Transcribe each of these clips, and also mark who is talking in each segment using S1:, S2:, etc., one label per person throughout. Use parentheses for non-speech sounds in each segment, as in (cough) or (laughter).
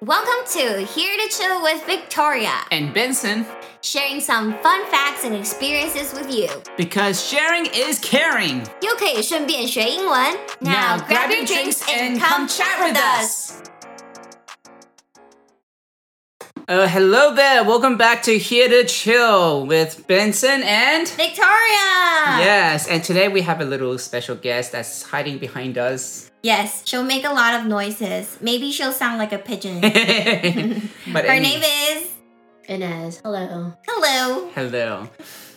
S1: Welcome to Here to Chill with Victoria,
S2: and Benson
S1: sharing some fun facts and experiences with you.
S2: because sharing is caring.
S1: 又可以顺便学英文。
S2: Now grab your drinks and come chat with us. Uh, hello there. Welcome back to Here to Chill with Benson and.
S1: Victoria.
S2: Yes, and today we have a little special guest that's hiding behind us. (laughs)
S1: Yes, she'll make a lot of noises. Maybe she'll sound like a
S2: (laughs)
S1: pigeon.
S2: but
S1: Her name is
S3: Inez, hello.
S1: Hello.
S2: Hello.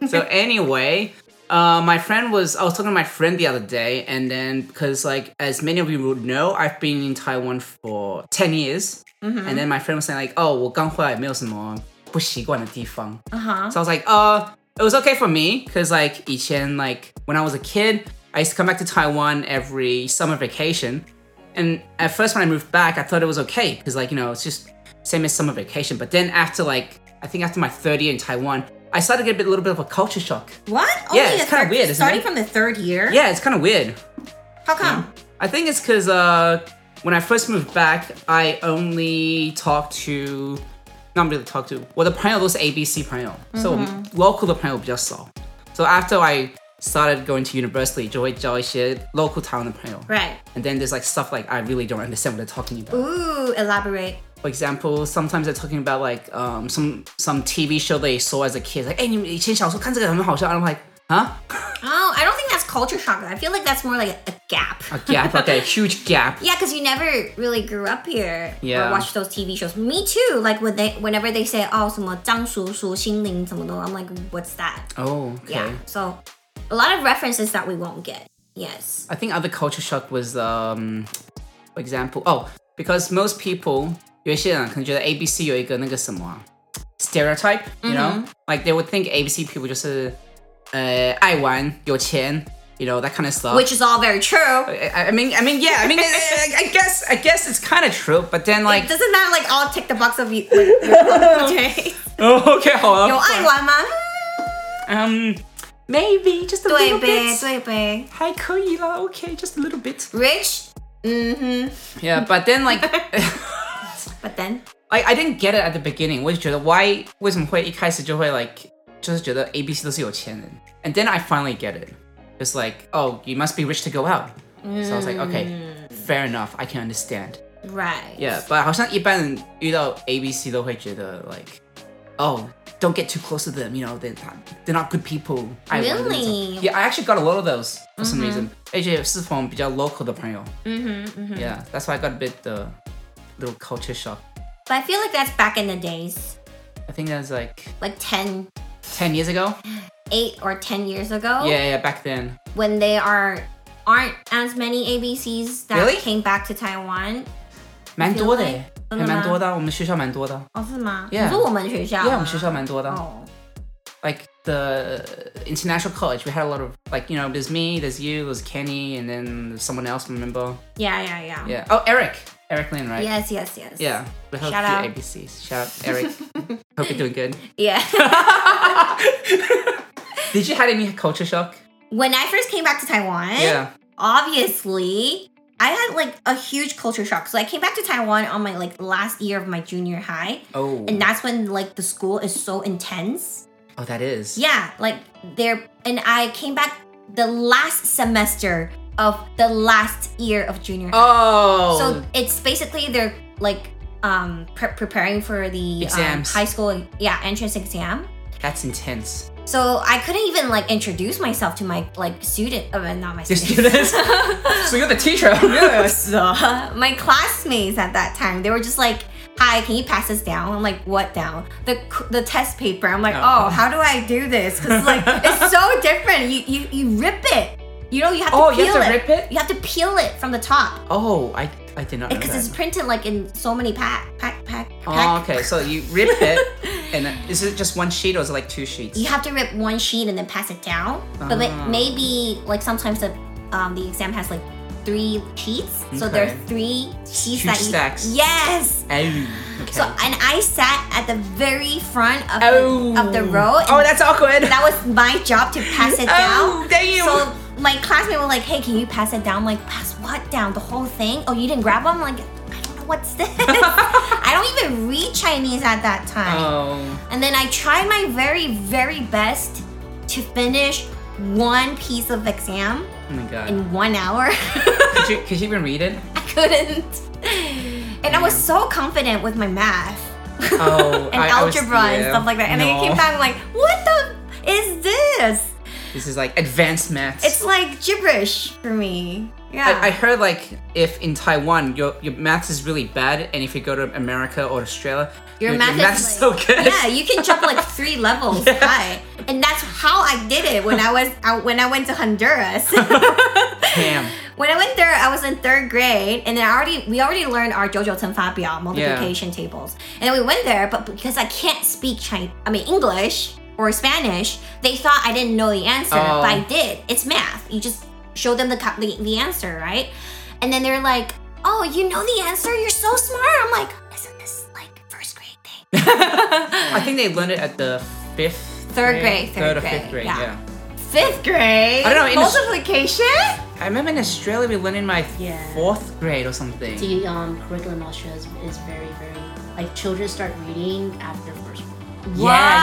S2: So (laughs) anyway, uh, my friend was I was talking to my friend the other day, and then because like as many of you would know, I've been in Taiwan for ten years, and then my friend was saying like, "Oh, 我刚回来没有什么不习惯的地方."
S1: Uh
S3: Uh-huh.
S1: huh.
S2: So I was like, "Uh, it was okay for me because like 以前 like when I was a kid, I used to come back to Taiwan every summer vacation, and at first when I moved back, I thought it was okay because like you know it's just same as summer vacation. But then after like I think after my third year in Taiwan, I started to get a bit, little bit of a culture shock.
S1: What?
S2: Yeah,
S1: Only
S2: it's
S1: the
S2: kinda
S1: third-
S2: weird, isn't
S1: Starting
S2: it?
S1: from the third year.
S2: Yeah, it's kind of weird.
S1: How come?
S2: I think it's because uh, when I first moved back, I only talked to not really talked to. Well, the panel was ABC panel, so
S1: Mm-hmm.
S2: local 的朋友比较少. So after I started going to university, 就会交一些 local town 的朋友.
S1: Right.
S2: And then there's like stuff like I really don't understand what they're talking about.
S1: Ooh, elaborate.
S2: For example, sometimes they're talking about like um, some some TV show they saw as a kid. Like, hey, 你们以前小时候看这个很好笑. And I'm like, huh?
S1: Oh, I don't think that's culture shock. I feel like that's more like a, a gap.
S2: A gap, like a huge gap.
S1: Yeah, because you never really grew up here or
S2: Yeah.
S1: watched those TV shows. Me too. Like when they, whenever they say, "Oh, 什么张叔叔心灵什么的," I'm like, "What's that?"
S2: Oh,
S1: (laughs)
S2: okay.
S1: Yeah. So, a lot of references that we won't get. Yes.
S2: I think other culture shock was um, for example, oh, because most people 有一些人可能觉得 ABC 有一个那个什么 stereotype, you know, like they would think ABC people 就是呃爱玩有钱 you know that kind of stuff.
S1: Which is all very true.
S2: I, I mean, I mean, yeah, I mean, I, I- I guess, I guess it's kind of true, but then like,
S1: Doesn't that like all tick the box of you? Like, (laughs) your-
S2: (laughs)
S1: okay.
S2: oh, okay, hold on.
S1: 有爱玩吗？
S2: Um, maybe just a Mm, little bit.
S1: 对呗，对呗。
S2: 还可以啦, okay, just a little bit.
S1: Rich. Mm-hmm.
S2: Yeah, but then like.
S1: But then.
S2: I I didn't get it at the beginning. 我就觉得 why 为什么会一开始就会 like 就是觉得 A B C 都是有钱人。And then I finally get it. It's like oh you must be rich to go out. So I was like okay, fair enough. I can understand.
S1: Right.
S2: Yeah, but 好像一般人遇到 A B C 都会觉得 like oh don't get too close to them. You know they're not, they're not good people. I want them to-
S1: Really?
S2: Yeah, I actually got a lot of those for some reason. 而且是从比较 local 的朋友。Yeah, that's why I got a bit the little culture shock.
S1: But I feel like that's back in the days,
S2: I think that's like
S1: like 10,
S2: 10 years ago?
S1: 8 or 10 years ago.
S2: Yeah, yeah, back then.
S1: when they are aren't as many ABCs that
S2: Really?
S1: came back to Taiwan.
S2: 蛮多的
S1: like-
S2: 还蛮多的，我们学校蛮多的。
S1: Oh, 哦，是吗？
S2: um, Yeah.
S1: 你说我们学校吗？
S2: Yeah，我们学校蛮多的。
S1: 哦。
S2: Like the international college, we had a lot of like you know, there's me, there's you, there's Kenny, and then there's someone else. Remember?
S1: Yeah, yeah, yeah.
S2: Yeah. Oh, Eric, Eric Lin, right?
S1: Yes, yes, yes.
S2: Yeah. We had
S1: Shout
S2: a
S1: out.
S2: few ABCs. Shout out,
S1: (laughs)
S2: Eric. Hope you're doing good.
S1: Yeah. (laughs)
S2: Did you had any culture shock?
S1: when I first came back to Taiwan,
S2: Yeah.
S1: obviously, I had like a huge culture shock. So I came back to Taiwan on my like last year of my junior high.
S2: Oh.
S1: And that's when like the school is so intense.
S2: Oh, that is.
S1: Yeah, like there, and I came back the last semester of the last year of junior. high.
S2: Oh.
S1: So it's basically they're like um pre- preparing for the um,
S2: Exams.
S1: high school yeah entrance exam.
S2: that's
S1: (laughs)
S2: intense.
S1: So I couldn't even like introduce myself to my like student, uh, not my (laughs)
S2: The
S1: students.
S2: So you're the (laughs)
S1: (laughs)
S2: teacher.
S1: Uh, my classmates at that time, they were just like, "Hi, can you pass this down?" I'm like, "What down?" The c- the test paper. I'm like,
S2: Oh.
S1: "Oh, how do I do this?" Because like
S2: (laughs)
S1: it's so different. You you you rip it. You know, you have to
S2: Oh,
S1: peel
S2: you have to
S1: it.
S2: rip it?
S1: You have to peel it from the top
S2: Oh, I I did not know
S1: because
S2: that.
S1: it's printed like in so many pack pack pack
S2: Oh,
S1: pack.
S2: okay. So you rip
S1: (laughs)
S2: it, and then- is it just one sheet or is it like two sheets?
S1: You have to rip one sheet and then pass it down. But like,
S2: Ah.
S1: maybe like sometimes the um, the exam has like three sheets, so there are
S2: Okay.
S1: three sheets
S2: Huge
S1: that you
S2: stacks.
S1: yes.
S2: Oh, okay.
S1: So and I sat at the very front of
S2: oh.
S1: the, of the row. and
S2: Oh, that's awkward.
S1: that was my job to pass it
S2: (laughs) oh,
S1: down.
S2: damn.
S1: So my classmate was like, "Hey, can you pass it down?" I'm like, "Pass what down? The whole thing? Oh, you didn't grab them?" I'm like, "I don't know what's this? (laughs) I don't even read Chinese at that time.
S2: Oh.
S1: And then I tried my very, very best to finish one piece of exam
S2: Oh my god.
S1: in one hour. (laughs)
S2: Could you, could you even read it?
S1: I couldn't. And I was so confident with my math.
S2: Oh,
S1: (laughs) and
S2: I- I was-
S1: algebra and
S2: yeah.
S1: stuff like that. And then I
S2: No.
S1: came back I'm like, what the is this?
S2: This is like advanced maths.
S1: It's like gibberish for me. Yeah.
S2: I, I heard like if in Taiwan your your maths is really bad, and if you go to America or Australia,
S1: Your math is
S2: is
S1: like-
S2: so good.
S1: yeah, you can jump like three levels high, and that's how I did it when I was I, when I went to Honduras.
S2: (laughs) Damn.
S1: When I went there, I was in third grade, and then I already we already learned our JoJo Tenfabia multiplication tables, and we went there. But because I can't speak Chinese, I mean English or Spanish, they thought I didn't know the answer,
S2: Oh.
S1: but I did. It's math. You just show them the co- the, the answer, right? And then they're like, "Oh, you know the answer. You're so smart." I'm like, "Isn't this like first grade thing?"
S2: I think they learned it at the fifth,
S1: Third grade, third
S2: third, or fifth
S1: grade,
S2: grade.
S1: yeah.
S2: Yeah.
S1: Fifth grade.
S2: I don't know, in Aus-
S1: Multiplication.
S2: I remember in Australia we learned in my
S3: Yeah.
S2: fourth grade or something.
S3: The um, curriculum in Australia is, is very, very like children start reading after first grade.
S2: Yeah, yeah,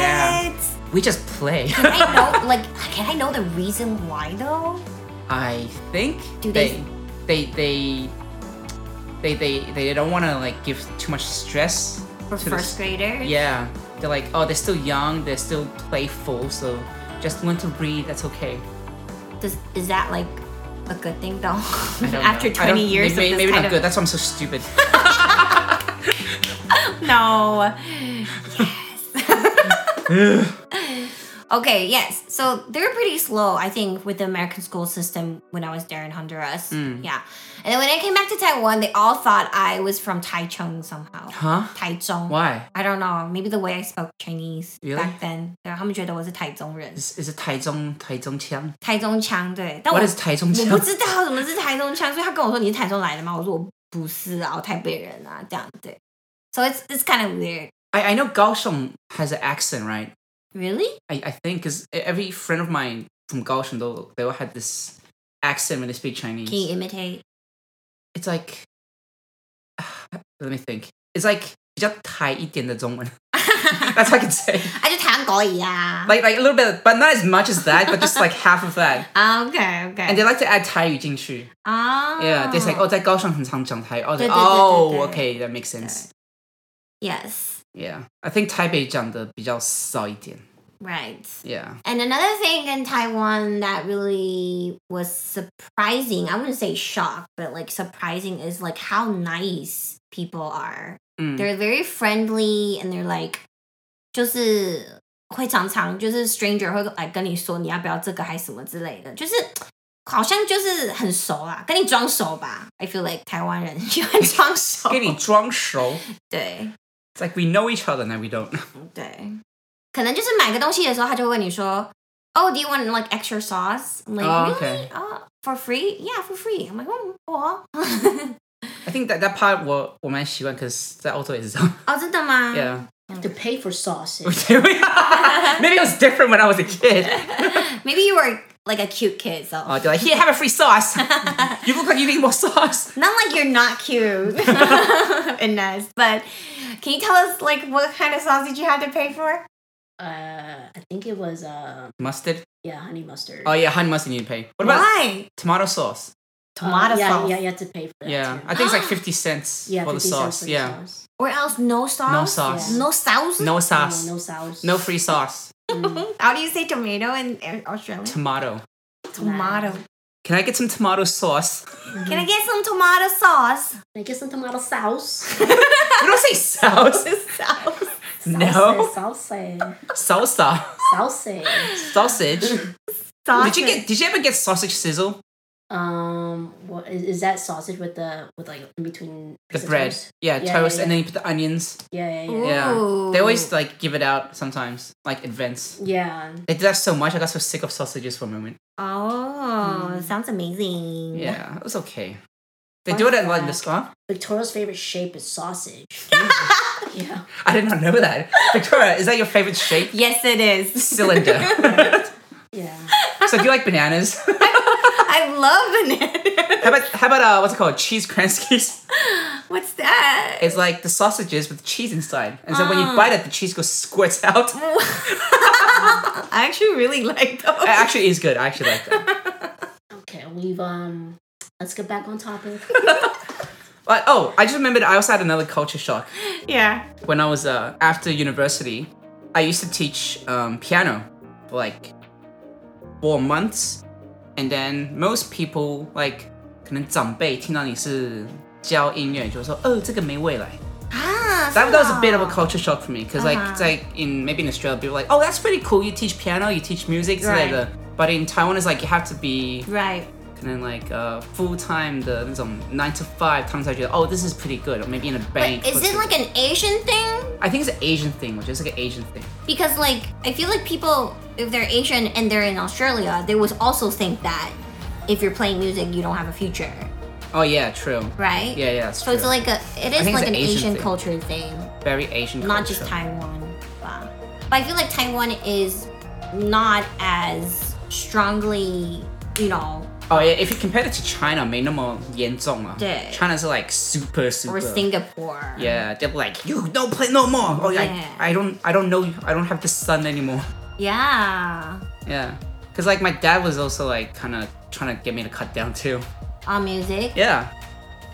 S2: yeah, yeah.
S1: What?
S2: We just play.
S1: Can I know, like, can I know the reason why though?
S2: (laughs) I think
S1: Do
S2: they they they they they, they don't want to like give too much stress
S1: For
S2: to the
S1: first graders?
S2: Yeah, they're like, oh, they're still young, they're still playful, so just learn to breathe. That's okay.
S1: Does, is that like a good thing though? (laughs)
S2: I don't
S1: After
S2: know. I
S1: 20
S2: don't-
S1: years of
S2: maybe,
S1: this
S2: maybe
S1: kind
S2: not
S1: of
S2: good. That's why I'm so
S1: (laughs)
S2: stupid.
S1: No. (laughs) Yes. okay, yes. So they're pretty slow, I think, with the American school system when I was there in Honduras.
S2: Hmm.
S1: Yeah. And then when I came back to Taiwan, they all thought I was from Taichung somehow.
S2: huh?
S1: Taichung.
S2: Why?
S1: I don't know. Maybe the way I spoke Chinese
S2: Really?
S1: back then. 对，他们觉得我是台中人。
S2: Is, is it Taizong Taizong Qiang?
S1: 台中腔，对。但
S2: What
S1: 我-
S2: is (laughs) Taizong
S1: 我
S2: Qiang?
S1: 不知道什么是台中腔，所以他跟我说你是台中来的吗？我说我不是啊，我台北人啊，这样对。So it's it's kind of weird,
S2: I, I know Kaohsiung has an accent, right?
S1: really?
S2: I, I think because every friend of mine from Kaohsiung, though, they all had this accent when they speak Chinese.
S1: Can you imitate? (laughs)
S2: It's like, uh, let me think. It's like 比较台一点的中文. (laughs) That's what I can say.
S1: 啊，就台湾国语啊。
S2: Like like a little bit, but not as much as that, but just like half of that.
S1: 啊，OK
S2: And
S1: OK。
S2: they like to add 台语进去.
S1: 啊。
S2: Yeah, they say,
S1: Ah.
S2: oh, 在高雄很常讲台语. Oh,
S1: 对，对，对，对，
S2: oh
S1: 对。
S2: okay, that makes sense.
S1: Yes,
S2: Yeah, I think 台北讲的比较少一点.
S1: right.
S2: Yeah.
S1: And another thing in Taiwan that really was surprising, I wouldn't say shock, but like surprising is like how nice people are.
S2: Mm.
S1: They're very friendly and they're like 就是会常常就是 stranger 会来跟你说你要不要这个还什么之类的，就是好像就是很熟啦，跟你装熟吧。I feel like (laughs) 台湾人喜欢装熟。
S2: (laughs) 给你装熟.
S1: 对。
S2: It's like we know each other, now we don't.
S1: 对，可能就是买个东西的时候，他就会问你说，Oh, do you want like extra sauce? I'm like,
S2: Oh,
S1: really?
S2: okay.
S1: Oh, for free? Yeah, for free. I'm like, oh, (laughs) 我
S2: I think that that part 我我蛮习惯，可是在澳洲也是这样。
S1: 哦，真的吗
S3: Uh-huh.
S2: Yeah. (laughs)
S3: To pay for sausage. (laughs)
S2: Maybe it was different when I was a kid.
S1: Maybe you were like a cute kid, so
S2: (laughs) Oh, they're like, here, have a free
S3: (laughs)
S2: sauce. you look like you need more sauce.
S1: not like you're not cute, (laughs) Ines. But can you tell us like what kind of sauce did you have to pay for?
S3: Uh, I think it was uh,
S2: Mustard?
S3: yeah, honey mustard. Uh,
S2: Oh yeah, honey mustard you need to pay. What about
S1: Why?
S2: tomato sauce?
S1: Tomato
S3: yeah,
S1: sauce.
S3: Yeah, you had to pay for that.
S2: Yeah,
S3: too. Ah!
S2: I think it's like fifty cents
S3: yeah,
S2: for the
S3: 50 cents
S2: sauce.
S3: for the
S2: yeah,
S3: sauce.
S1: Or else no sauce.
S2: no sauce,
S3: Yeah.
S1: No sauce.
S2: no
S3: No,
S2: sauce,
S3: No sauce.
S2: no free sauce.
S3: Mm,
S1: How do you say tomato in in Australia?
S2: Tomato.
S1: Tomato. Mm-hmm.
S2: Can I get some tomato sauce? (laughs)
S1: Can I get some tomato sauce?
S3: Can I get some tomato sauce?
S2: we don't say
S3: (laughs)
S2: sauce.
S1: sauce.
S2: (laughs) No.
S3: Salsa.
S2: Salsa,
S3: Salsa. Salsa.
S2: sausage. Did you get? Did you ever get sausage sizzle?
S3: Um, what is, is that sausage with the with like in between
S2: The
S3: pieces of
S2: bread.
S3: toast?
S2: Yeah,
S3: Yeah,
S2: toast,
S3: yeah,
S2: and then you put the onions.
S3: Yeah, yeah, yeah.
S2: Yeah,
S1: Ooh.
S2: they always like give it out sometimes, like events.
S3: Yeah.
S2: They do that so much. I got so sick of sausages for a moment.
S1: Oh, sounds amazing.
S2: Hmm. Yeah, it was okay. They do it at like the spa.
S3: Victoria's favorite shape is
S2: (laughs)
S3: sausage. yeah.
S2: I did not know that. Victoria, is that your favorite shape?
S1: Yes, it is.
S2: (laughs) Cylinder.
S3: Yeah.
S2: so do you like bananas?
S1: I love bananas.
S2: How about how about uh, what's it called? Cheese Kranskis?
S1: (laughs) What's that?
S2: It's like the sausages with cheese inside. And so when you bite it, the cheese goes squirts out. (laughs) It
S1: (laughs) I actually really like those.
S2: actually is good. I actually like that.
S3: Okay, we've um. Let's get back on topic.
S2: But oh, I just remembered I also had another culture shock.
S1: yeah.
S2: When I was uh, after university, I used to teach um, piano for like four months. And then most people like 可能长辈听到你是教音乐，就会说，哦，这个没未来。
S1: Ah,
S2: That, that was a bit of a
S1: so-
S2: culture shock for me because like it's
S1: Uh-huh.
S2: like in maybe in Australia people are like oh that's pretty cool you teach piano you teach music it's
S1: Right.
S2: like the- but in Taiwan it's like you have to be
S1: Right.
S2: kind of like uh, full time the 那种 nine to five times like oh this is pretty good or maybe in a bank
S1: But is
S2: or
S1: it
S2: something.
S1: like an Asian thing?
S2: I think it's an Asian thing which is like an Asian thing
S1: Because like I feel like people, if they're Asian and they're in Australia, they would also think that if you're playing music, you don't have a future,
S2: oh yeah true
S1: right?
S2: yeah yeah that's
S1: So it's
S2: true.
S1: like a, it
S2: think
S1: is
S2: it's
S1: like
S2: an
S1: an
S2: Asian
S1: Asian,
S2: thing.
S1: culture thing.
S2: very Asian culture.
S1: not just Taiwan. Wow. But I feel like Taiwan is not as strongly, you know,
S2: oh yeah if you compare it to China 没那么严重啊
S1: 对。
S2: China's like super super
S1: or Singapore.
S2: yeah they're like you don't play no more oh
S1: Yeah.
S2: yeah I, I don't I don't know you. I don't have the sun anymore (laughs)
S1: Yeah.
S2: Yeah. Cause like my dad was also like kind of trying to get me to cut down too.
S1: On music
S2: Yeah.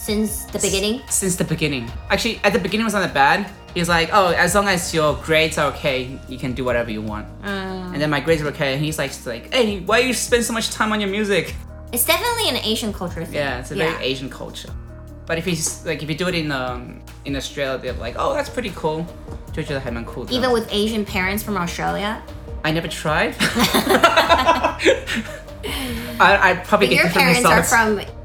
S1: since the beginning.
S2: S- since the beginning. Actually, at the beginning it wasn't that bad. He was like, oh, as long as your grades are okay, you can do whatever you want.
S1: Um,
S2: And then my grades were okay, and he's like, just like, hey, why you spend so much time on your music?
S1: it's definitely an Asian culture thing.
S2: Yeah, it's a very Asian culture. But if you s- like, if you do it in um in Australia, they're like, oh, that's pretty cool. 就觉得还蛮酷的。
S1: Even with Asian parents from Australia.
S2: I never
S1: (laughs)
S2: tried. I, I probably
S1: But
S2: get
S1: your
S2: different
S1: parents are
S2: results.
S1: from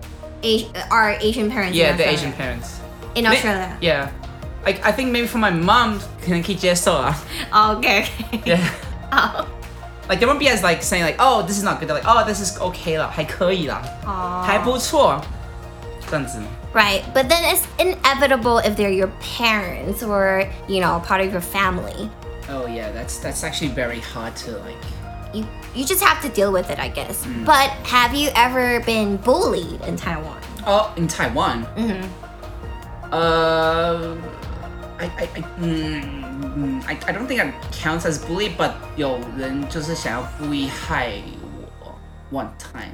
S1: Asi- are Asian parents
S2: yeah,
S1: in
S2: the
S1: Australia.
S2: Asian parents.
S1: in
S2: Ma-
S1: Australia.
S2: Yeah. Like I think maybe for my mom, can keep GSO.
S1: Oh, okay.
S2: (laughs) Yeah.
S1: (laughs) oh.
S2: Like they won't be as like saying like, oh, this is not good. They're like, oh, this is okay 啦，还可以啦，
S1: Aw.
S2: 还不错，这样子。
S1: Right, but then it's inevitable if they're your parents or, you know, part of your family.
S2: Oh yeah, that's that's actually very hard to like.
S1: You, you just have to deal with it, I guess.
S2: Mm.
S1: But have you ever been bullied in Taiwan?
S2: Oh, in Taiwan. Uh, I I I, mm, I I don't think I counts as bully, but 有人就是想要故意害我 one time.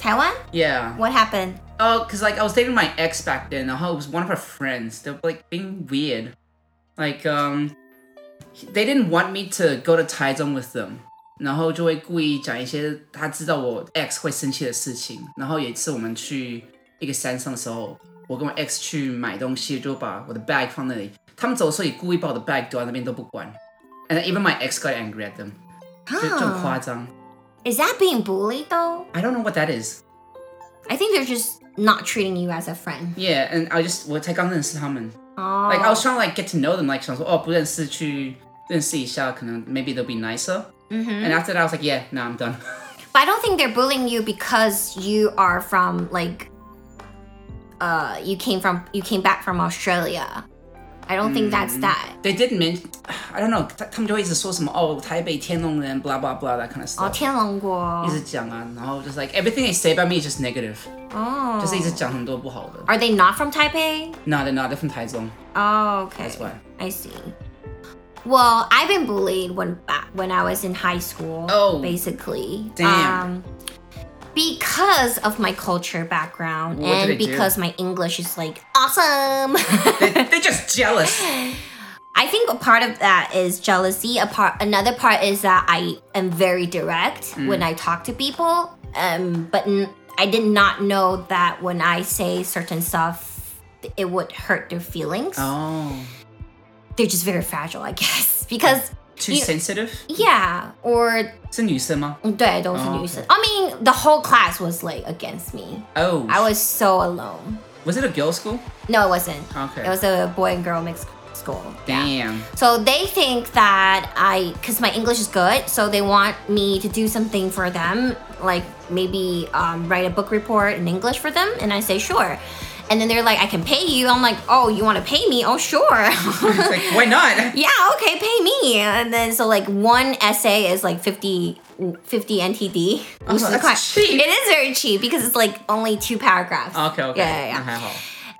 S1: Taiwan?
S2: Yeah.
S1: What happened?
S2: Oh, cause like I was dating my ex back then, and it was one of her friends. They were like being weird, like um, they didn't want me to go to Taichung with them. 然后就会故意讲一些他知道我 ex 会生气的事情。然后有一次我们去一个山上的时候，我跟我 ex 去买东西，就把我的 bag 放那里。他们走的时候也故意把我的 bag 丢在那边都不管。And then even my ex got angry at them.
S1: 啊
S2: 就就夸张。
S1: Is that being bullied though?
S2: I don't know what that is.
S1: I think they're just not treating you as a friend.
S2: Yeah, and I just 我才刚认识他们。
S1: Oh.
S2: Like I was trying to like get to know them, like oh, 想说哦不认识去认识一下，可能 maybe they'll be nicer.
S1: Mm.
S2: And after that, I was like, yeah, nah, I'm done. (laughs)
S1: But I don't think they're bullying you because you are from like uh you came from you came back from Australia. I don't think that's
S2: Mm.
S1: that.
S2: they did mention, I don't know, 他们就一直说什么哦台北天龙人 blah blah blah that kind of
S1: 哦，
S2: stuff.
S1: 天龙国。
S2: 一直讲啊，然后 just like everything they say about me is just negative.
S1: 哦。
S2: 就是一直讲很多不好的。
S1: Oh. Are they not from Taipei?
S2: No, they're not. They're from Taichung.
S1: Oh, okay. (laughs)
S2: That's why.
S1: I see. Well, I've been bullied when back when I was in high school.
S2: Oh.
S1: basically.
S2: Damn.
S1: Um, because of my culture background
S2: What did
S1: and
S2: they do?
S1: because my English is like awesome. (laughs)
S2: They, they're just jealous.
S1: I think a part of that is jealousy. A part, another part is that I am very direct
S2: Mm.
S1: when I talk to people. Um, but n- I did not know that when I say certain stuff, it would hurt their feelings.
S2: Oh,
S1: They're just very fragile, I (laughs) guess, because
S2: too
S1: You-
S2: sensitive.
S1: yeah, or
S2: 是女生吗？
S1: 对, those
S2: Oh,
S1: nuisance. I mean, the whole class was like against me.
S2: Oh,
S1: I was so alone.
S2: was it a girl school?
S1: No, it wasn't.
S2: Okay.
S1: It was a boy and girl mixed school.
S2: Damn.
S1: So they think that I, because my English is good, so they want me to do something for them, like maybe um, write a book report in English for them. And I say, sure. And then they're like, I can pay you. I'm like, oh, you want to pay me? Oh, sure. (laughs)
S2: It's like why not?
S1: yeah, okay, pay me. And then so like one essay is like 50, 50 NTD. (laughs)
S2: Oh, that's
S1: which is quite-
S2: cheap.
S1: It is very cheap because it's like only two paragraphs.
S2: Okay, Uh-huh. okay.
S1: Yeah, yeah, yeah.
S2: 那还好。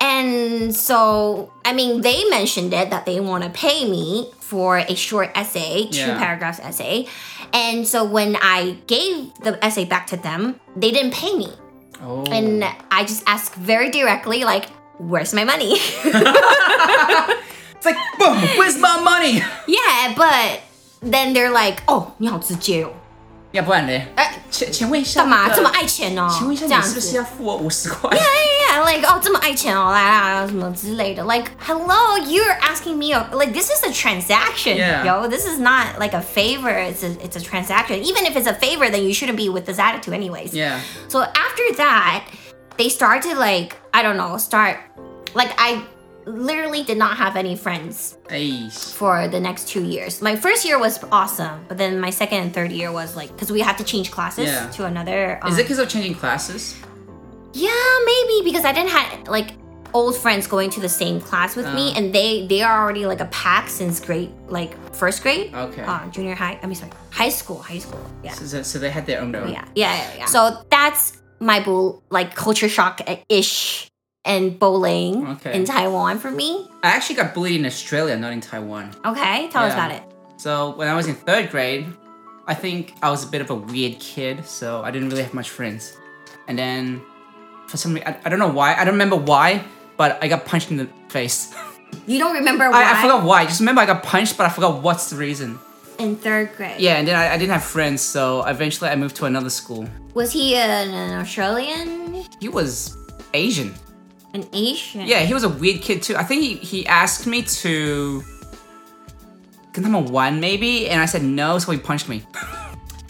S1: And so, I mean, they mentioned it that they want to pay me for a short essay, two
S2: Yeah.
S1: paragraphs essay. And so when I gave the essay back to them, they didn't pay me.
S2: Oh.
S1: And I just asked very directly, like, where's my money? (laughs)
S2: it's like, boom, where's my money?
S1: yeah, but then they're like, oh, 你好直接哦。哎，
S2: 要不然呢？请请问一下，
S1: 干嘛这么爱钱哦？这样子。
S2: 请问一下，你是不是要付我五十块？
S1: yeah, like, oh, 这么爱钱哦，来啊，什么之类的. Like, hello, you're asking me, a- like, this is a transaction,
S2: Yeah.
S1: yo. This is not like a favor. It's a, it's a transaction. Even if it's a favor, then you shouldn't be with this attitude, anyways.
S2: Yeah.
S1: So after that, they started like, I don't know, start, like, I literally did not have any friends
S2: Hey.
S1: for the next two years. My first year was awesome, but then my second and third year was like, because we had to change classes
S2: Yeah.
S1: to another.
S2: Is
S1: um,
S2: it because of changing classes?
S1: yeah, maybe because I didn't have like old friends going to the same class with me,
S2: Uh.
S1: and they they are already like a pack since grade like first grade,
S2: Oh, Okay.
S1: uh, junior high. I mean, sorry, high school, high school. Yeah,
S2: So, so- so they had their own. own.
S1: yeah, yeah, yeah, yeah. So that's my bull like culture shock eh, ish and bowling
S2: Okay.
S1: in Taiwan for me.
S2: I actually got bullied in Australia, not in Taiwan.
S1: Okay, tell us
S2: Yeah.
S1: about it.
S2: So when I was in third grade, I think I was a bit of a weird kid, so I didn't really have much friends. And then for some reason, I, I don't know why, I don't remember why, but I got punched in the face.
S1: You don't remember why
S2: I, I forgot why. Just remember I got punched, but I forgot what's the reason.
S1: in third grade.
S2: Yeah, and then I, I didn't have friends, so eventually I moved to another school.
S1: Was he an, an Australian,
S2: He was Asian.
S1: an Asian?
S2: Yeah, he was a weird kid too. I think he, he asked me to. Number one, maybe, and I said no, so he punched me.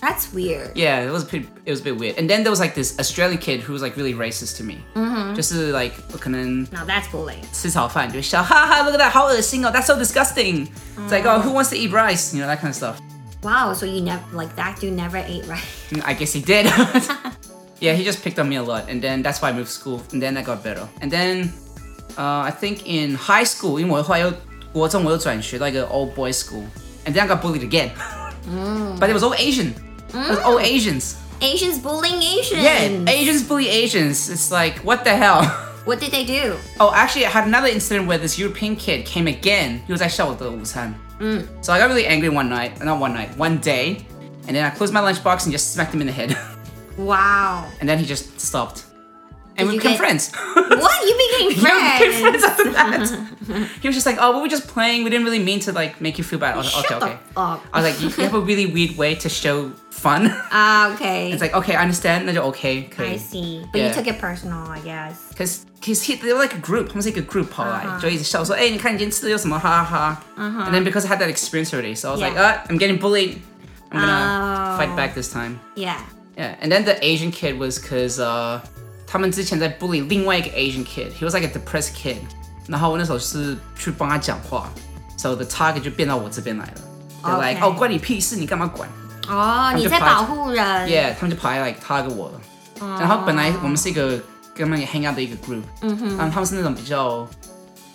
S1: that's weird.
S2: Yeah, it was pretty, it was a bit weird. And then there was like this Australian kid who was like really racist to me. Mm-hmm. Just uh, like 可能
S1: Now that's bullying.
S2: 吃炒饭就会笑，哈哈 look at that, 好恶心哦, that's so disgusting. It's like, oh, who wants to eat rice? You know that kind of stuff.
S1: Wow, so you never like that dude never ate rice. (laughs)
S2: And Mm, I guess he did. (laughs) yeah, he just picked on me a lot, and then that's why I moved school, and then I got better. And then uh, I think in high school, 因为我后来又国中我又转学到一个 old boys school, and then I got bullied again. But it was all Asian. It was all Asians.
S1: Asians bullying Asians.
S2: Yeah, Asians bully Asians. It's like, what the hell? (laughs)
S1: What did they do?
S2: Oh, actually, I had another incident where this European kid came again. He was actually out with the Wuhan. So I got really angry one night, not one night, one day. And then I closed my lunchbox and just smacked him in the head. (laughs)
S1: Wow.
S2: and then he just stopped.
S1: Did
S2: And we
S1: you
S2: became
S1: get-
S2: friends.
S1: (laughs) What? You became
S2: (laughs) Yeah, we became
S1: friends?
S2: friends
S1: (laughs)
S2: after that. he was just like, oh, we were just playing. We didn't really mean to like make you feel bad. I was like, okay,
S1: Shut the
S2: okay.
S1: f- up.
S2: I was like, you you have a really weird way to show fun. (laughs)
S1: Ah, okay.
S2: it's like, okay, I understand. Then you're okay.
S1: I
S2: 可以。
S1: see. But
S2: Yeah.
S1: you took it personal, I guess.
S2: Cause, cause he, they were like a group. 他们是一个 group
S1: Uh-huh.
S2: 跑来，就一直笑说，哎、欸，你看你今天吃的有什么，哈哈哈。And then because I had that experience already, so I was
S1: Yeah.
S2: like, uh, I'm getting bullied. I'm gonna
S1: Oh.
S2: fight back this time.
S1: Yeah.
S2: Yeah. And then the Asian kid was cause uh, 他们之前在 bully 另外一个 Asian kid. He was like a depressed kid. 然后我那时候是去帮他讲话，so the target 就变到我这边来了。They're like,
S1: Okay.
S2: oh, 关你屁事，你干嘛管？
S1: Oh, 你在保护人。
S2: yeah，他们就跑来 like target 我了。然后本来我们是一个跟他们 hang out 的一个 group，嗯
S1: Mm-hmm。
S2: 哼，然后他们是那种比较，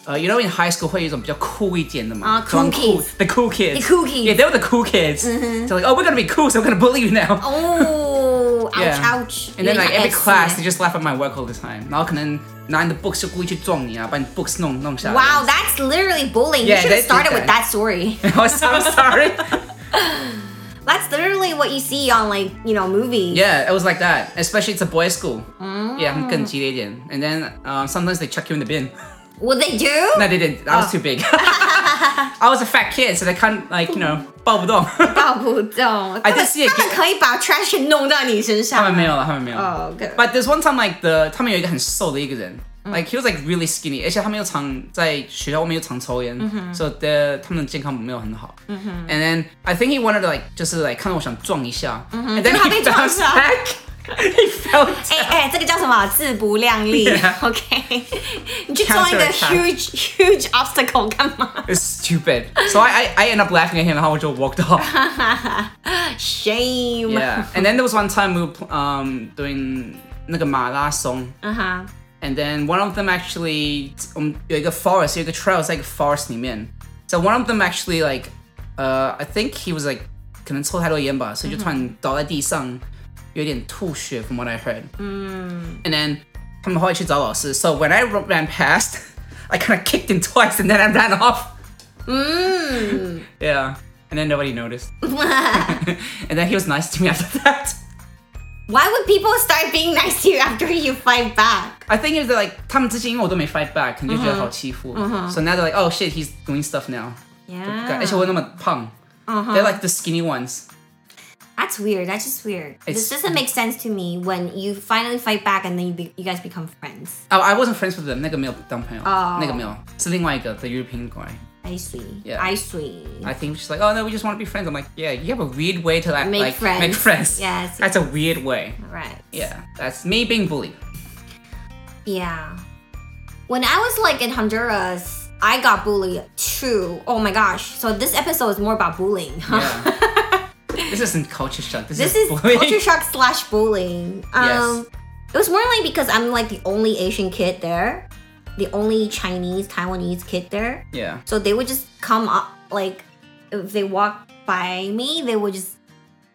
S2: 呃，you know in high school 会有一种比较酷一点的嘛
S1: 啊，cool Ah，
S2: ，the cool
S1: The
S2: kids，the
S1: cool kids Mm-hmm。
S2: yeah，they were the cool kids，so like oh we're gonna be cool so we're gonna bully you now。
S1: Oh, ouch,
S2: (laughs) Yeah.
S1: ouch.
S2: And then
S1: 有点
S2: like every
S1: 像
S2: class
S1: S 耶
S2: they just laugh at my work all the time，然后可能拿你的 books 就故意去撞你啊，把你 books 弄弄下来。 (laughs)
S1: Wow, that's literally bullying. you
S2: Yeah,
S1: should
S2: they
S1: have
S2: did
S1: started with
S2: that.
S1: that story. (laughs)
S2: I'm so sorry.
S1: That's literally what you see on like you know movies.
S2: Yeah, it was like that. Especially it's a boys' school.
S1: Mm.
S2: Yeah, 他们更激烈一点。And then um, sometimes they chuck you in the bin. (laughs)
S1: What they do? (laughs)
S2: No, they didn't.
S1: Oh.
S2: I was too big. (laughs) I was a fat kid, so they can't like you
S1: (laughs)
S2: know (laughs) 抱不动。
S1: Oh, 抱不动。
S2: I did see a
S1: 他们-
S2: kid-
S1: 他们可以把 trash 弄到你身上。
S2: 他们没有了，他们没有。
S1: Oh, okay.
S2: But there's one time like the 他们有一个很瘦的一个人。Like he was like really skinny，而且他们又常在学校外面又常抽烟、so the 他们的健康没有很好。And then I think he wanted to like 就是 like 看到我想撞一下、and then
S1: 结果他
S2: he
S1: 被
S2: fell
S1: 撞上
S2: back. (laughs) he fell.
S1: (laughs)
S2: down.
S1: 哎，哎，这个叫什么？自不量力。
S2: (laughs) Yeah.
S1: Okay. (laughs) 你去撞一个
S2: Counterattack.
S1: huge huge obstacle 干嘛
S2: (laughs) It's stupid. So I, I I end up laughing at him and how I just walked off.
S1: (laughs) ？Shame.
S2: Yeah. And then there was one time we were pl- um doing 那个马拉松。
S1: Uh-huh.
S2: And then one of them actually, 我们有一个 forest，有一个 trail 在一个 forest 里面。So one of them actually like, uh, I think he was like 可能抽太多烟吧，所以就突然倒在地上，有点吐血。From what I heard. And then 他们会去找老师. So when I ru- ran past, (laughs) I kind of kicked him twice and then I ran off.
S1: Mm.
S2: Yeah. And then nobody noticed. (laughs) and then he was nice to me after (laughs) that.
S1: Why would people start being nice to you after you fight back?
S2: I think it's like 他们之前因为我都没 fight back, 可能就觉得好欺负。So now they're like, oh shit, he's doing stuff now.
S1: Yeah.
S2: 而且我那么胖。They're
S1: Uh-huh.
S2: like the skinny ones.
S1: That's weird. That's just weird.
S2: It's-
S1: this doesn't make sense to me when you finally fight back and then you, be, you guys become friends.
S2: Oh, I wasn't friends with them. 那个没有当朋友。
S1: Oh.
S2: 那个没有，是另外一个 uh, the European guy.
S1: I see.
S2: Yeah.
S1: I see.
S2: I think she's like, oh no, we just want to be friends. I'm like, yeah, you have a weird way to like
S1: Make
S2: like,
S1: friends.
S2: Make friends.
S1: (laughs) Yes.
S2: That's a weird way.
S1: right.
S2: Yeah, that's me being bullied.
S1: Yeah. When I was like in Honduras, I got bullied too. Oh my gosh. So this episode is more about bullying. (laughs)
S2: Yeah. this isn't culture shock. This,
S1: this is
S2: bullying.
S1: culture shock slash bullying. Um, It was more like because I'm like the only Asian kid there, the only Chinese, Taiwanese kid there.
S2: (laughs) Yeah.
S1: So they would just come up, like, if they walk by me, they would just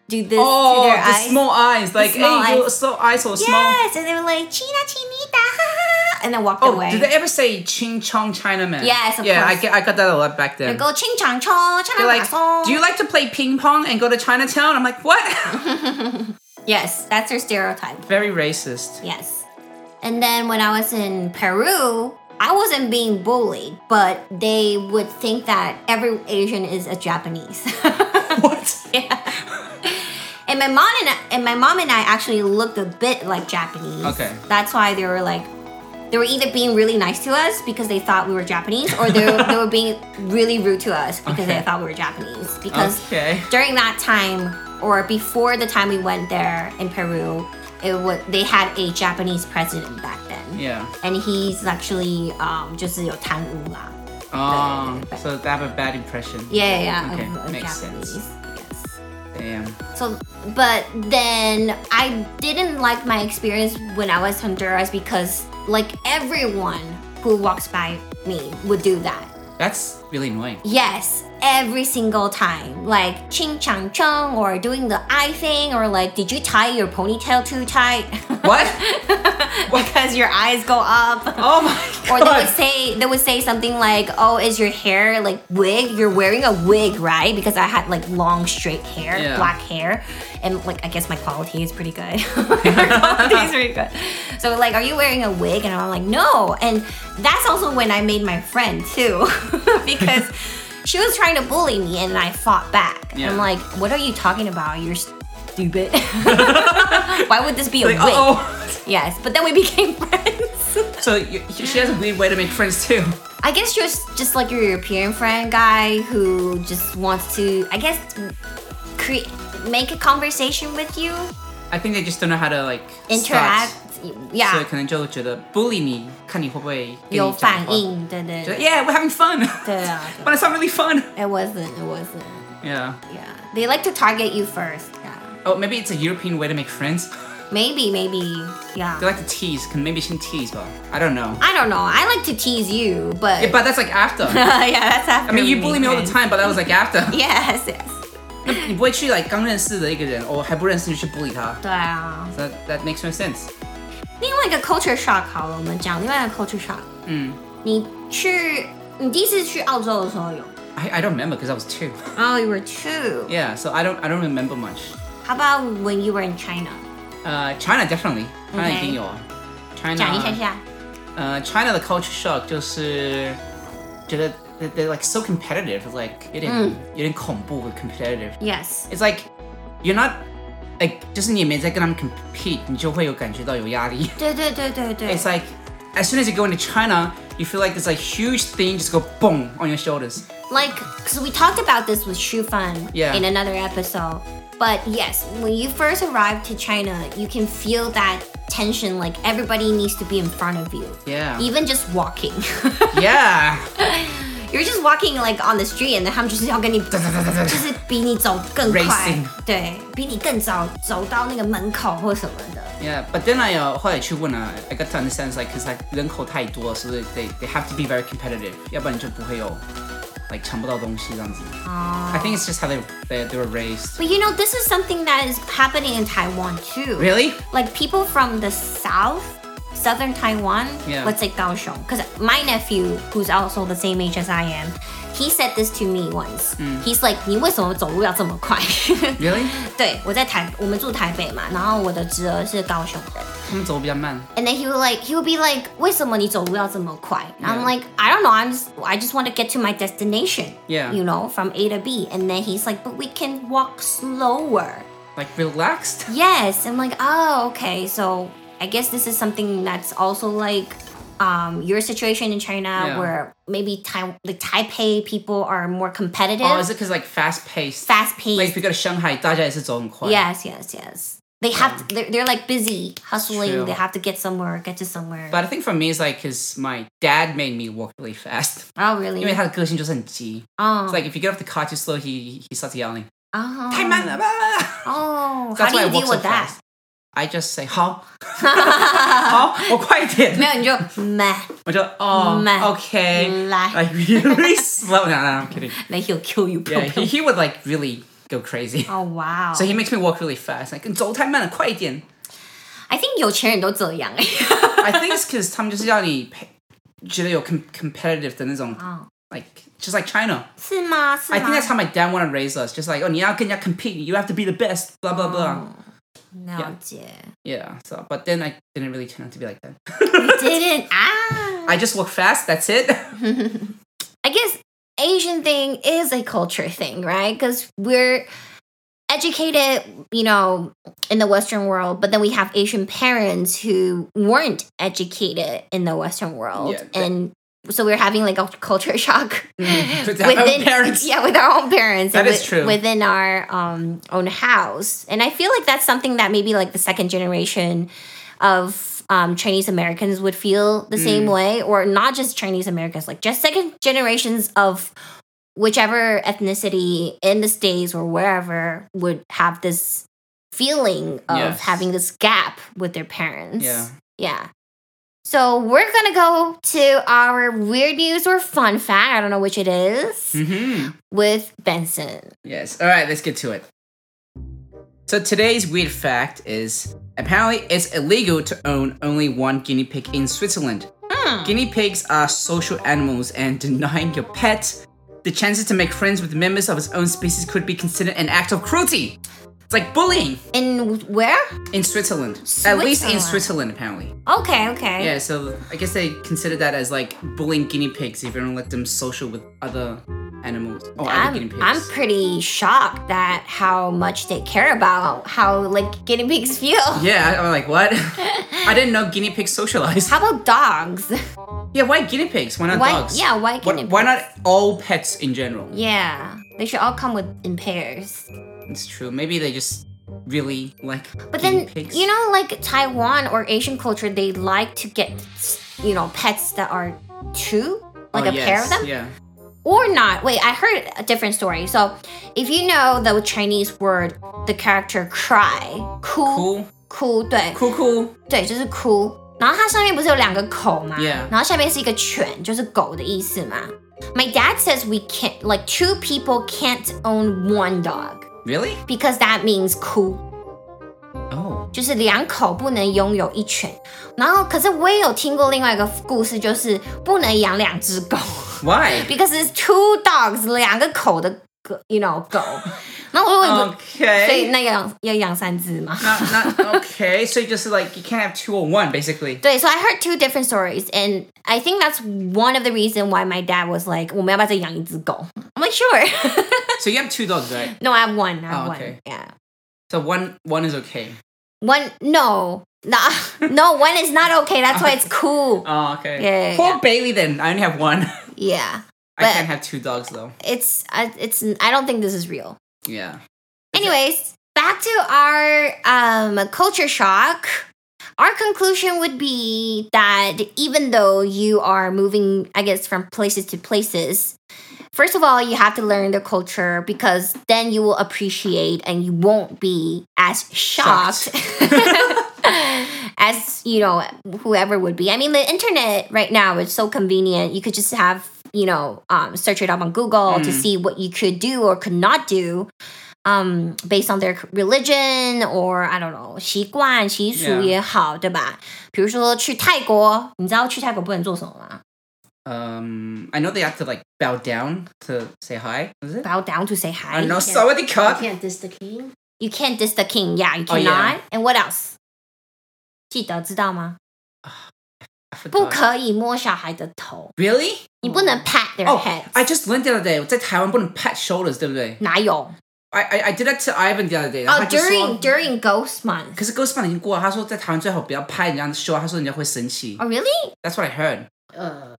S1: do this
S2: Oh,
S1: to
S2: the
S1: their eyes.
S2: small eyes. Like, hey,
S1: small
S2: you're
S1: eyes.
S2: so eyes so small.
S1: yes, and they were like, China, Chinita, ha, ha, ha," and then walked
S2: Oh,
S1: away.
S2: did they ever say Ching Chong Chinaman?
S1: Yes, of
S2: yeah, I,
S1: course.
S2: get, I got that a lot back
S1: They
S2: then.
S1: go ching chong cho, chana
S2: They're like, do you like to play ping pong and go to Chinatown? I'm like, what? (laughs)
S1: Yes, that's their stereotype.
S2: Very
S1: (laughs)
S2: racist.
S1: Yes. And then when I was in Peru, I wasn't being bullied, but they would think that every Asian is a Japanese. (laughs)
S2: What?
S1: and my mom and I, and my mom and I actually looked a bit like Japanese.
S2: Okay.
S1: That's why they were like they were either being really nice to us because they thought we were Japanese or they were, they were being really rude to us because
S2: Okay. Oh.
S1: they thought we were Japanese because
S2: Okay.
S1: during that time or before the time we went there in Peru, it was they had a Japanese president back then.
S2: Yeah.
S1: And he's actually um just a Tangu lah.
S2: Oh,
S1: But-
S2: so they have a bad impression.
S1: Yeah, yeah,
S2: Okay,
S1: yeah. of- of
S2: makes sense.
S1: Yes.
S2: Damn.
S1: So, but then I didn't like my experience when I was Honduras because like everyone who walks by me would do that.
S2: That's really
S1: (laughs)
S2: annoying.
S1: Yes, every single time. Like ching chang chung or doing the eye thing or like did you tie your ponytail too tight? (laughs)
S2: What?
S1: because your eyes go up. (laughs)
S2: Oh my
S1: Or they would
S2: god.
S1: say they would say something like, "Oh, is your hair like wig? You're wearing a wig, right?" Because I had like long straight hair,
S2: Yeah.
S1: black hair, and like I guess my quality is pretty good. (laughs)
S2: (laughs)
S1: my quality is pretty good. So like, are you wearing a wig? And I'm like, no. And that's also when I made my friend too, (laughs) because she was trying to bully me, and I fought back.
S2: Yeah.
S1: I'm like, what are you talking about? You're
S2: (laughs)
S1: stupid. (laughs) Why would this be a
S2: Like,
S1: wig?
S2: oh.
S1: Yes, but then we became (laughs) friends.
S2: So you, she has a weird way to make friends too.
S1: I guess you're s- just like your European friend guy who just wants to, I guess, create, make a conversation with you,
S2: I think they just don't know how to like
S1: interact. Yeah,
S2: 所以可能就觉得bully你，看你会不会跟你
S1: 有
S2: 讲话。
S1: 反应，对对对。
S2: 觉得 Yeah, we're
S1: (laughs)
S2: having fun.
S1: 对啊，对啊。
S2: (laughs) but it's not really fun.
S1: It wasn't. It wasn't.
S2: Yeah.
S1: Yeah, they like to target you first. Yeah,
S2: Oh, maybe it's a European way to make friends.
S1: maybe, maybe. Yeah,
S2: They like to tease. Can maybe she tease, but I don't know.
S1: I don't know. I like to tease you, but
S2: Yeah, but that's like after. I
S1: (laughs) yeah, that's after.
S2: mean,
S1: we
S2: you bully me all the
S1: friends.
S2: time, but that was
S1: (laughs)
S2: like after. (laughs)
S1: Yes, yes.
S2: 你不会去 like 刚认识的一个人，哦还不认识就去 bully 他。
S1: 对啊。
S2: That that makes no sense.
S1: 另外一个 culture shock 好了，我们讲另外一个 culture shock。
S2: 嗯，
S1: 你去你第一次去澳洲的时候有
S2: I I don't remember because I was two.
S1: ？Oh, you were two.
S2: Yeah, so I don't I don't remember much.
S1: How about when you were in China?
S2: Uh, China definitely. China
S1: Okay.
S2: 一定有啊。China
S1: 讲一下下。
S2: uh, China the culture shock 就是觉得 they're, they're like so competitive, it's like 有点、mm. 有点恐怖 competitive.
S1: Yes.
S2: It's like you're not like 就是你没在跟他们 compete，你就会有感觉到有压力。
S1: 对对对对对。
S2: It's like as soon as you go into China, you feel like there's a huge thing just go boom on your shoulders.
S1: like because we talked about this with Shu Fun
S2: Yeah.
S1: in another episode. But yes, when you first arrive to China, you can feel that tension. Like everybody needs to be in front of you.
S2: Yeah.
S1: Even just
S2: (laughs)
S1: walking.
S2: Yeah.
S1: You're just walking like on the street, and then 他们就是要跟你就是比你走更快
S2: Racing
S1: 对比你更早走到那个门口或什么的。
S2: Yeah, but then I uh, 后来去问了 I got to understand it's like because like 人口太多，所以 they they have to be very competitive，要不然就不会有 like 抢不到东西这样子。I think it's just how they they, they were raised.
S1: But you know, this is something that is happening in Taiwan too.
S2: Really?
S1: Like people from the south, southern Taiwan,
S2: Yeah.
S1: let's say Kaohsiung, because my nephew, who's also the same age as I am, he said this to me once. He's like, 你为什么走路要这么快？
S2: Mm.
S1: (laughs)
S2: Really?
S1: 对，我在台，我们住台北嘛，然后我的侄儿是高雄人。
S2: 他们走比较慢。Yeah.
S1: And then he would like he would be like, 为什么你走路要这么快? And I'm
S2: Yeah.
S1: like, I don't know. I'm just I just want to get to my destination. You know, from A to B. And then he's like, but we can walk slower.
S2: Like relaxed.
S1: Yes. I'm like, oh, okay. So I guess this is something that's also like um, your situation in China
S2: Yeah.
S1: where maybe Tai like Taipei people are more competitive.
S2: Oh, is it because like fast paced?
S1: fast paced.
S2: Like if we go to Shanghai, 大家也是走很快。
S1: yes, yes, yes. They have to, they're, they're like busy hustling.
S2: True.
S1: They have to get somewhere, get to somewhere.
S2: But I think for me, it's like because my dad made me walk really fast.
S1: oh, really?
S2: 因为他的个性就是很急。
S1: oh.
S2: It's like if you get off the car too slow, he he starts yelling.
S1: Oh.
S2: 太慢了吧！
S1: Oh, how
S2: That's
S1: do
S2: why I
S1: you
S2: walk
S1: deal
S2: so
S1: with
S2: fast.
S1: that?
S2: I just say
S1: (laughs)
S2: (laughs) 好，好，我快点。
S1: 没有，你就
S2: 我就哦、
S1: 慢，
S2: "Oh, okay,
S1: 来。
S2: like
S1: (laughs)
S2: (laughs) really slow. No, no, I'm kidding.
S1: like he'll kill you.
S2: Yeah,
S1: bro.
S2: he, he would like really go crazy.
S1: (laughs) Oh wow.
S2: So he makes me walk really fast. Like 走太慢了，快一点。
S1: I think 有钱人都这样。
S2: I think it's because 他们就是要你觉得有 com competitive 的那种
S1: (laughs) Oh.
S2: like just like China.
S1: 是吗？
S2: I think that's
S1: 是吗？
S2: how my dad wanted to raise us. Just like oh, 你要跟人家 compete, you have to be the best. Blah blah blah.
S1: Oh. 了解。
S2: Yeah. So, but then I didn't really turn out to be like
S1: Mm.
S2: that.
S1: Didn't ah.
S2: I just walk fast.
S1: (laughs)
S2: That's it. (laughs)
S1: I guess Asian thing is a culture thing, right? Because we're educated, you know, in the Western world, but then we have Asian parents who weren't educated in the Western world,
S2: Yeah, that-
S1: and so we're having like a culture (laughs) shock
S2: With our own parents.
S1: Yeah, with our own parents.
S2: That
S1: and
S2: is
S1: with-
S2: true.
S1: Within our um, own house, and I feel like that's something that maybe like the second generation of um, Chinese Americans would feel the same
S2: Mm.
S1: way, or not just Chinese Americans, like just second generations of whichever ethnicity in the states or wherever would have this feeling of
S2: Yes.
S1: having this gap with their parents.
S2: Yeah.
S1: Yeah. So we're gonna go to our weird news or fun fact. I don't know which it is
S2: hmm
S1: with Benson.
S2: Yes. All right, let's get to it. So today's weird fact is apparently it's illegal to own only one guinea pig in Switzerland.
S1: Hmm.
S2: Guinea pigs are social animals, and (laughs) denying your pet the chances to make friends with members of its own species could be considered an act of cruelty. It's like bullying
S1: And where?
S2: in Switzerland. At least
S1: Switzerland.
S2: in Switzerland, apparently.
S1: Okay, okay.
S2: Yeah, so I guess they consider that as like bullying guinea pigs if you don't let them social with other animals or other guinea
S1: I'm,
S2: pigs.
S1: I'm pretty shocked that how much they care about how like guinea pigs feel.
S2: Yeah, I- I'm
S1: (laughs)
S2: like, what? I didn't know guinea pigs socialize.
S1: How about dogs?
S2: (laughs)
S1: (laughs)
S2: Yeah, why guinea pigs? Why not
S1: Why-
S2: dogs?
S1: yeah, why
S2: Wh-
S1: guinea
S2: Why not all pets in general?
S1: yeah, they should all come with in pairs.
S2: It's true. Maybe they just really like
S1: But
S2: guinea
S1: then
S2: pigs.
S1: you know, like Taiwan or Asian culture, they like to get you know pets that are two, like
S2: Oh,
S1: a pair
S2: yes,
S1: of them.
S2: Yeah.
S1: or not. Wait, I heard a different story. So, if you know the Chinese word, the character cry, 哭,
S2: Cool.
S1: 哭,对,
S2: 酷酷
S1: 对,就是哭.然后它上面不是有两个口吗
S2: Yeah.
S1: 然后下面是一个犬，就是狗的意思嘛。My dad says we can't, like two people can't own one dog
S2: Really?
S1: because that means 哭。
S2: Oh.
S1: 就是两口不能拥有一犬。然后，可是我也有听过另外一个故事，就是不能养两只狗
S2: Why?
S1: (laughs) ，because it's two dogs，两个口的狗，you know 狗。然后我就
S2: 嗯
S1: 问，所以
S2: Okay.
S1: 那要养要养三只吗？
S2: not, not okay. So you just like you can't have two or one basically.
S1: (laughs) 对，so I heard two different stories, and I think that's one of the reason why my dad was like，我们要不要再养一只狗？I'm like sure. (laughs)
S2: So you have two dogs, right?
S1: no, I have one. I have
S2: Oh,
S1: one.
S2: okay.
S1: Yeah.
S2: So one one is okay.
S1: One. No. No. (laughs) No. One is not okay. That's why it's
S2: (laughs)
S1: cool.
S2: Oh, okay.
S1: Yeah, yeah,
S2: Poor
S1: yeah.
S2: Bailey then. I only have one. (laughs)
S1: Yeah.
S2: I
S1: But-
S2: can't have two dogs though.
S1: It's I it's I don't think this is real.
S2: Yeah.
S1: Anyways, back to our um culture shock. Our conclusion would be that even though you are moving, I guess, from places to places, first of all, you have to learn the culture because then you will appreciate and you won't be as shocked, (laughs) as, you know, whoever would be. I mean, the internet right now is so convenient. You could just have, you know, um, search it up on Google to see what you could do or could not do um based on their religion or I don't know 习惯习俗
S2: Yeah.
S1: 也好对吧？比如说去泰国，你知道去泰国不能做什么吗
S2: Um, I know they have to like bow down to say hi. Is it?
S1: ？Bow down to say
S2: I
S1: hi.
S2: don't know.
S3: can't-
S2: So the
S3: You
S2: cup.
S3: can't diss the king.
S1: You can't diss the king. Yeah, you cannot.
S2: Oh, yeah.
S1: And what else? 记得知道吗？
S2: I
S1: 不
S2: forgot.
S1: 可以摸小孩的头，
S2: Really?
S1: 你不能 pat their
S2: Oh,
S1: head。
S2: I just learned the other day. 在台湾不能 pat shoulders, 对不对？
S1: 哪有？
S2: I, I I did that to Ivan the other day.
S1: 哦、during Oh, during Ghost Month。
S2: 可是 Ghost Man 已经过了，他说在台湾最好不要拍人家的 shoulder，他说人家会生气。
S1: Oh, really?
S2: That's what I heard.
S3: Uh,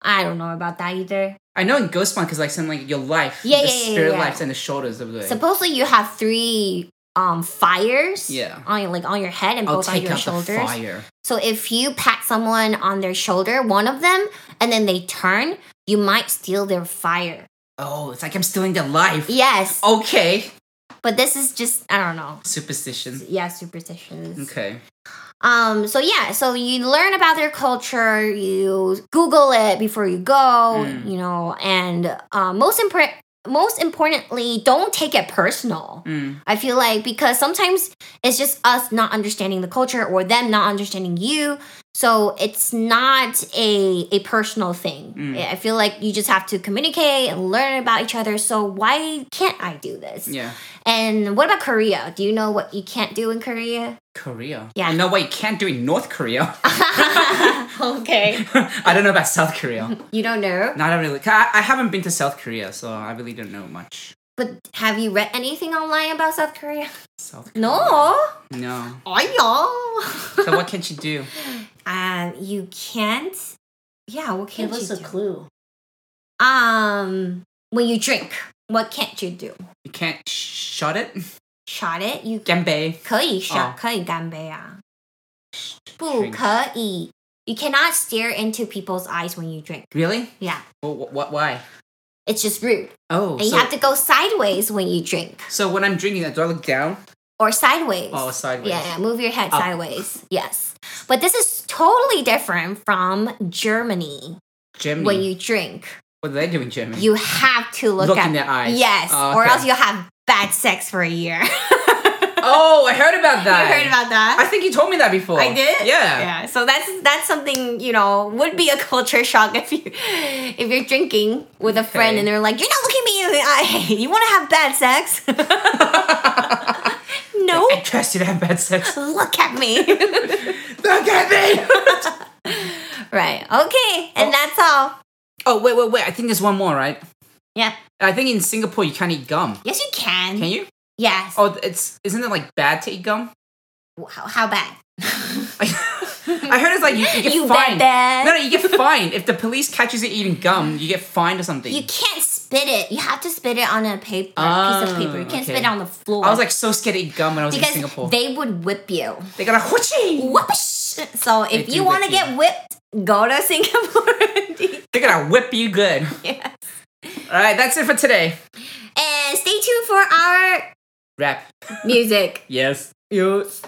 S3: (laughs)
S1: I don't know about that either.
S2: I know in Ghost Man because like something like your life,
S1: Yeah,
S2: the
S1: yeah, yeah,
S2: spirit
S1: yeah.
S2: life, and the shoulders, 对不对
S1: Supposedly you have three um fires.
S2: Yeah.
S1: On your, like on your head and
S2: I'll
S1: both on
S2: take
S1: your
S2: out the
S1: shoulders.
S2: fire.
S1: So if you pat someone on their shoulder, one of them, and then they turn, you might steal their fire.
S2: Oh, it's like I'm stealing their life.
S1: Yes.
S2: Oh. Okay.
S1: But this is just I don't know.
S2: Superstition.
S1: Yeah, superstitions.
S2: Okay.
S1: Um, so yeah, so you learn about their culture, you Google it before you go,
S2: Mm.
S1: you know, and uh, most impre- most importantly, don't take it personal.
S2: Mm.
S1: I feel like because sometimes it's just us not understanding the culture or them not understanding you. So it's not a a personal thing.
S2: Mm.
S1: I feel like you just have to communicate and learn about each other. So why can't I do this?
S2: Yeah.
S1: And what about Korea? Do you know what you can't do in Korea? (laughs)
S2: Korea.
S1: Yeah.
S2: I know what you can't do in North Korea. (laughs)
S1: okay.
S2: I don't know about South Korea.
S1: You don't know?
S2: Not really. 'cause I, I haven't been to South Korea, so I really don't know much.
S1: But have you read anything online about South Korea?
S2: South Korea.
S1: No.
S2: No.
S1: I
S2: So what can she do?
S1: know. (laughs) um, you can't. Yeah, what
S3: give
S1: can't
S3: us
S1: you
S3: a
S1: do?
S3: clue.
S1: Um, when you drink, what can't you do?
S2: You can't sh- shut it.
S1: Shot it? You
S2: Genbei.
S1: 可以shot-
S2: Oh.
S1: 可以干杯啊。
S2: drink.
S1: 不可以. You cannot stare into people's eyes when you drink.
S2: Really?
S1: Yeah,
S2: Well, wh- what? Why?
S1: it's just rude.
S2: Oh.
S1: And
S2: So,
S1: you have to go sideways when you drink,
S2: so when I'm drinking, do I look down?
S1: or sideways.
S2: Oh, sideways. Ah.
S1: Yeah, yeah, move your head
S2: Up.
S1: sideways. Yes. But this is totally different from Germany.
S2: Germany.
S1: When you drink,
S2: what do they do in Germany?
S1: you have to look,
S2: Look
S1: at
S2: in their eyes.
S1: Yes,
S2: Oh,
S1: or
S2: okay.
S1: else you'll have bad sex for a year. (laughs) you
S2: oh, I heard about that.
S1: heard about that?
S2: I think you told me that before.
S1: I did.
S2: Yeah. (laughs)
S1: Yeah. So that's that's something you know would be a culture shock if you if you're drinking with a friend
S2: Okay.
S1: and they're like, you're not looking me in the eye. You want to have bad sex? (laughs) no.
S2: I trust you to have bad sex.
S1: Look at
S2: (laughs)
S1: me.
S2: Look at me.
S1: right. Okay. And
S2: Oh.
S1: that's all.
S2: oh wait, wait, wait. I think there's one more, right?
S1: Yeah.
S2: I think in Singapore you can't eat gum.
S1: Yes, you can.
S2: Can you?
S1: Yes.
S2: Oh, it's isn't it like bad to eat gum? (laughs)
S1: How, how bad?
S2: I heard it's like you, you get
S1: You
S2: fined.
S1: bad, bad.
S2: No, no, you get fined if the police catches you eating gum. You get fined or something.
S1: You can't spit it. You have to spit it on a paper piece of
S2: Oh,
S1: paper. You can't spit
S2: okay.
S1: it on the floor.
S2: I was like so scared to eat gum when I was in
S1: because
S2: Singapore. They,
S1: they would whip you.
S2: got a hoochie.
S1: Whoosh. So if
S2: do
S1: you want to
S2: whip
S1: get
S2: you.
S1: whipped, go to (laughs) Singapore.
S2: They're gonna whip you good.
S1: yes.
S2: All right, that's it for today.
S1: And stay tuned for our
S2: Rap.
S1: music.
S2: (laughs) Yes. Yes.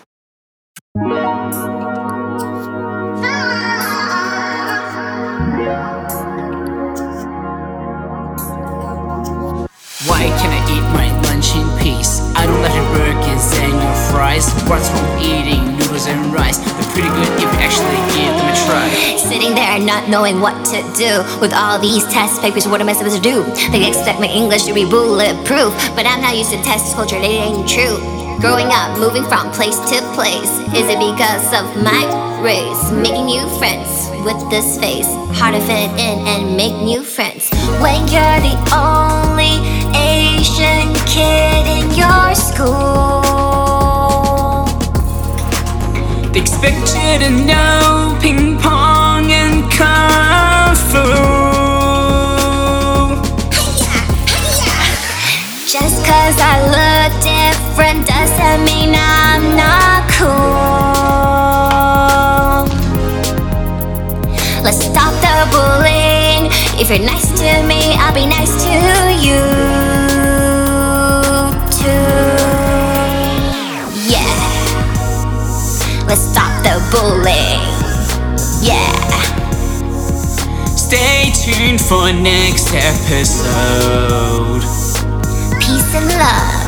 S2: Why can't I eat my lunch in peace? I don't like your burgers and your fries. What's wrong with eating noodles and rice? They're pretty good if you actually give them a try.
S1: Sitting there not knowing what to do with all these test papers. What am I supposed to do? They expect my English to be bulletproof, but I'm not used to test culture. It ain't true. Growing up, moving from place to place, is it because of my race? Making new friends with this face, hard to fit in and make new friends when you're the only Asian kid in your school.
S2: They expect you to know ping pong and kung fu.
S1: Just cause I look different doesn't mean I'm not cool. Let's stop the bullying. If you're nice to me, I'll be nice to you too. Yeah. Let's stop the bullying. Yeah.
S2: Stay tuned for next episode.
S1: Peace and love.